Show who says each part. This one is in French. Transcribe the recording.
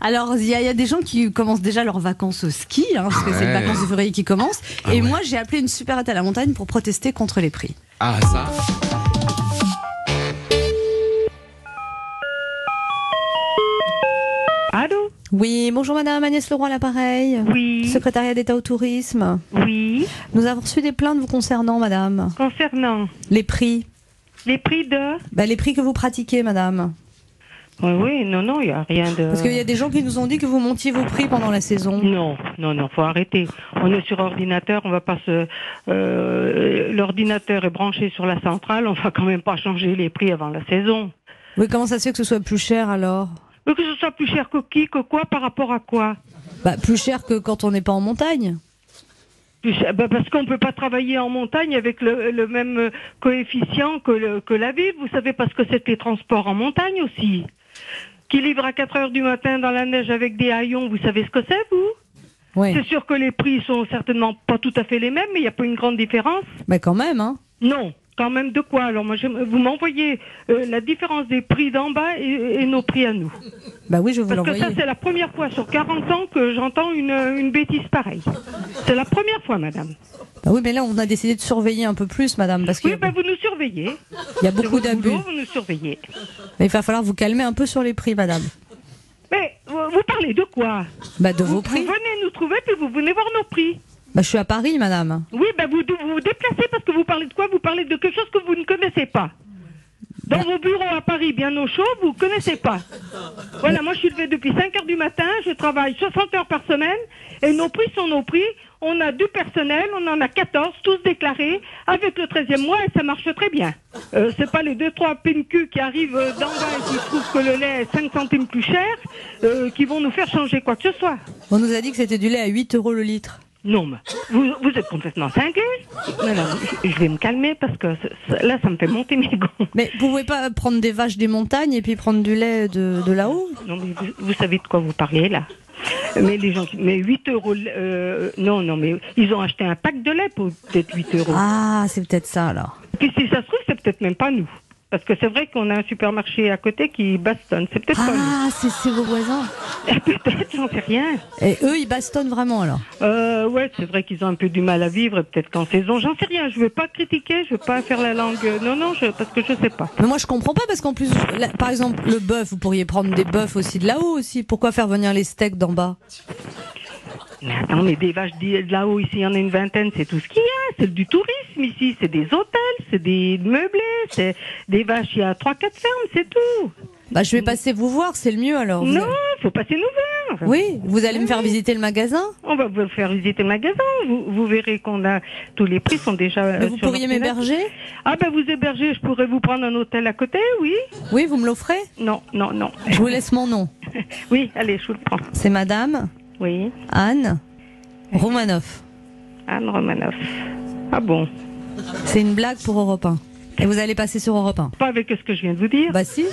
Speaker 1: Alors, il y, a il y a des gens qui commencent déjà leurs vacances au ski, hein, parce que c'est les
Speaker 2: Ouais.
Speaker 1: vacances de février qui commencent.
Speaker 2: Ah
Speaker 1: et
Speaker 2: ouais.
Speaker 1: moi, j'ai appelé une supérette à la montagne pour protester contre les prix.
Speaker 2: Ah, ça.
Speaker 3: Allô
Speaker 1: Oui, bonjour Madame Agnès Leroy à l'appareil.
Speaker 3: Oui.
Speaker 1: Secrétariat d'État au tourisme.
Speaker 3: Oui.
Speaker 1: Nous avons reçu des plaintes vous concernant, Madame.
Speaker 3: Concernant
Speaker 1: Les prix.
Speaker 3: les prix de.
Speaker 1: Bah, les prix que vous pratiquez, Madame.
Speaker 3: Oui, oui, non, non, il n'y a rien de.
Speaker 1: Parce qu'il y a des gens qui nous ont dit que vous montiez vos prix pendant la saison.
Speaker 3: Non, non, non, faut arrêter. On est sur ordinateur, on va pas se. euh, L'ordinateur est branché sur la centrale, on va quand même pas changer les prix avant la saison.
Speaker 1: Oui, comment ça se fait que ce soit plus cher alors
Speaker 3: Mais que ce soit plus cher que qui, que quoi, par rapport à quoi
Speaker 1: Bah, plus cher que quand on n'est pas en montagne.
Speaker 3: Plus cher- ben, Parce qu'on peut pas travailler en montagne avec le, le même euh, coefficient que, le- que la ville, vous savez, parce que c'est les transports en montagne aussi. Qui livre à 4 heures du matin dans la neige avec des haillons, vous savez ce que c'est, vous
Speaker 1: Oui,
Speaker 3: C'est sûr que les prix sont certainement pas tout à fait les mêmes, mais il n'y a pas une grande différence.
Speaker 1: bah quand même, hein.
Speaker 3: Non, quand même de quoi Alors moi, j'aime- vous m'envoyez euh, la différence des prix d'en bas et, et nos prix à nous.
Speaker 1: Bah oui, je vais vous
Speaker 3: Parce que
Speaker 1: l'envoyer.
Speaker 3: ça, c'est la première fois sur 40 ans que j'entends une, une bêtise pareille. C'est la première fois, madame.
Speaker 1: Bah oui, mais là, on a décidé de surveiller un peu plus, madame, parce qu'il
Speaker 3: Oui,
Speaker 1: y a-
Speaker 3: ben vous nous surveillez.
Speaker 1: il y a
Speaker 3: C'est
Speaker 1: beaucoup
Speaker 3: votre
Speaker 1: d'abus.
Speaker 3: boulot, Vous nous surveillez.
Speaker 1: Mais il va falloir vous calmer un peu sur les prix, madame.
Speaker 3: Mais vous vous parlez de quoi
Speaker 1: Bah, de vos
Speaker 3: vous,
Speaker 1: prix.
Speaker 3: vous venez nous trouver, puis vous venez voir nos prix.
Speaker 1: Bah, je suis à Paris, madame.
Speaker 3: Oui, ben vous vous vous déplacez parce que vous parlez de quoi Vous parlez de quelque chose que vous ne connaissez pas. Dans vos bureaux à Paris, bien au chaud, vous ne connaissez pas. Voilà, moi je suis levée depuis 5 heures du matin, je travaille 60 heures par semaine, et nos prix sont nos prix. On a du personnel, on en a 14, tous déclarés, avec le 13e mois, et ça marche très bien. Euh, c'est pas les 2-3 PNQ qui arrivent euh, d'en bas et qui trouvent que le lait est 5 centimes plus cher, euh, qui vont nous faire changer quoi que ce soit.
Speaker 1: On nous a dit que c'était du lait à 8 euros le litre.
Speaker 3: Non, mais vous, vous êtes complètement cinglé. Non, non, je- je vais me calmer parce que ce- ce- là, ça me fait monter mes gonds.
Speaker 1: Mais vous pouvez pas prendre des vaches des montagnes et puis prendre du lait de, de là-haut
Speaker 3: Non, mais vous, vous savez de quoi vous parlez là. Mais les gens, qui- mais 8 euros, euh, non, non, mais ils ont acheté un pack de lait pour peut-être 8 euros.
Speaker 1: Ah, c'est peut-être ça alors.
Speaker 3: Puis si ça se trouve, c'est peut-être même pas nous. Parce que c'est vrai qu'on a un supermarché à côté qui bastonne. C'est peut-être pas nous.
Speaker 1: Ah, c'est c'est vos voisins.
Speaker 3: Eh, Peut-être, j'en sais rien.
Speaker 1: Et eux, ils bastonnent vraiment alors.
Speaker 3: Euh, ouais, c'est vrai qu'ils ont un peu du mal à vivre, et peut-être qu'en saison, j'en sais rien. Je veux pas critiquer, je veux pas faire la langue. Non, non, je, parce que je sais pas.
Speaker 1: Mais moi, je comprends pas parce qu'en plus, là, par exemple, le bœuf, vous pourriez prendre des bœufs aussi de là-haut aussi. Pourquoi faire venir les steaks d'en bas
Speaker 3: Mais attends, Ah, mais des vaches d'i- de là-haut, ici, il y en a une vingtaine, c'est tout ce qu'il y a. C'est du tourisme ici, c'est des hôtels, c'est des meublés, c'est des vaches, il y a 3-4 fermes, c'est tout.
Speaker 1: Bah, je vais passer vous voir, c'est le mieux alors. Vous-
Speaker 3: Non, faut passer nous voir.
Speaker 1: Oui, vous allez me faire visiter le magasin.
Speaker 3: On va vous faire visiter le magasin, vous, vous verrez qu'on a. Tous les prix sont déjà. euh,
Speaker 1: Mais vous
Speaker 3: sur
Speaker 1: pourriez
Speaker 3: l'ordinateur.
Speaker 1: m'héberger
Speaker 3: Ah ben vous héberger, je pourrais vous prendre un hôtel à côté, oui
Speaker 1: Oui, vous me l'offrez
Speaker 3: Non, non, non.
Speaker 1: Je vous laisse mon nom.
Speaker 3: Oui, allez, je vous le prends.
Speaker 1: C'est Madame
Speaker 3: Oui,
Speaker 1: Anne Romanoff.
Speaker 3: Anne Romanoff. Ah bon
Speaker 1: C'est une blague pour Europe 1. Et vous allez passer sur Europe 1.
Speaker 3: Pas avec ce que je viens de vous dire.
Speaker 1: Bah si.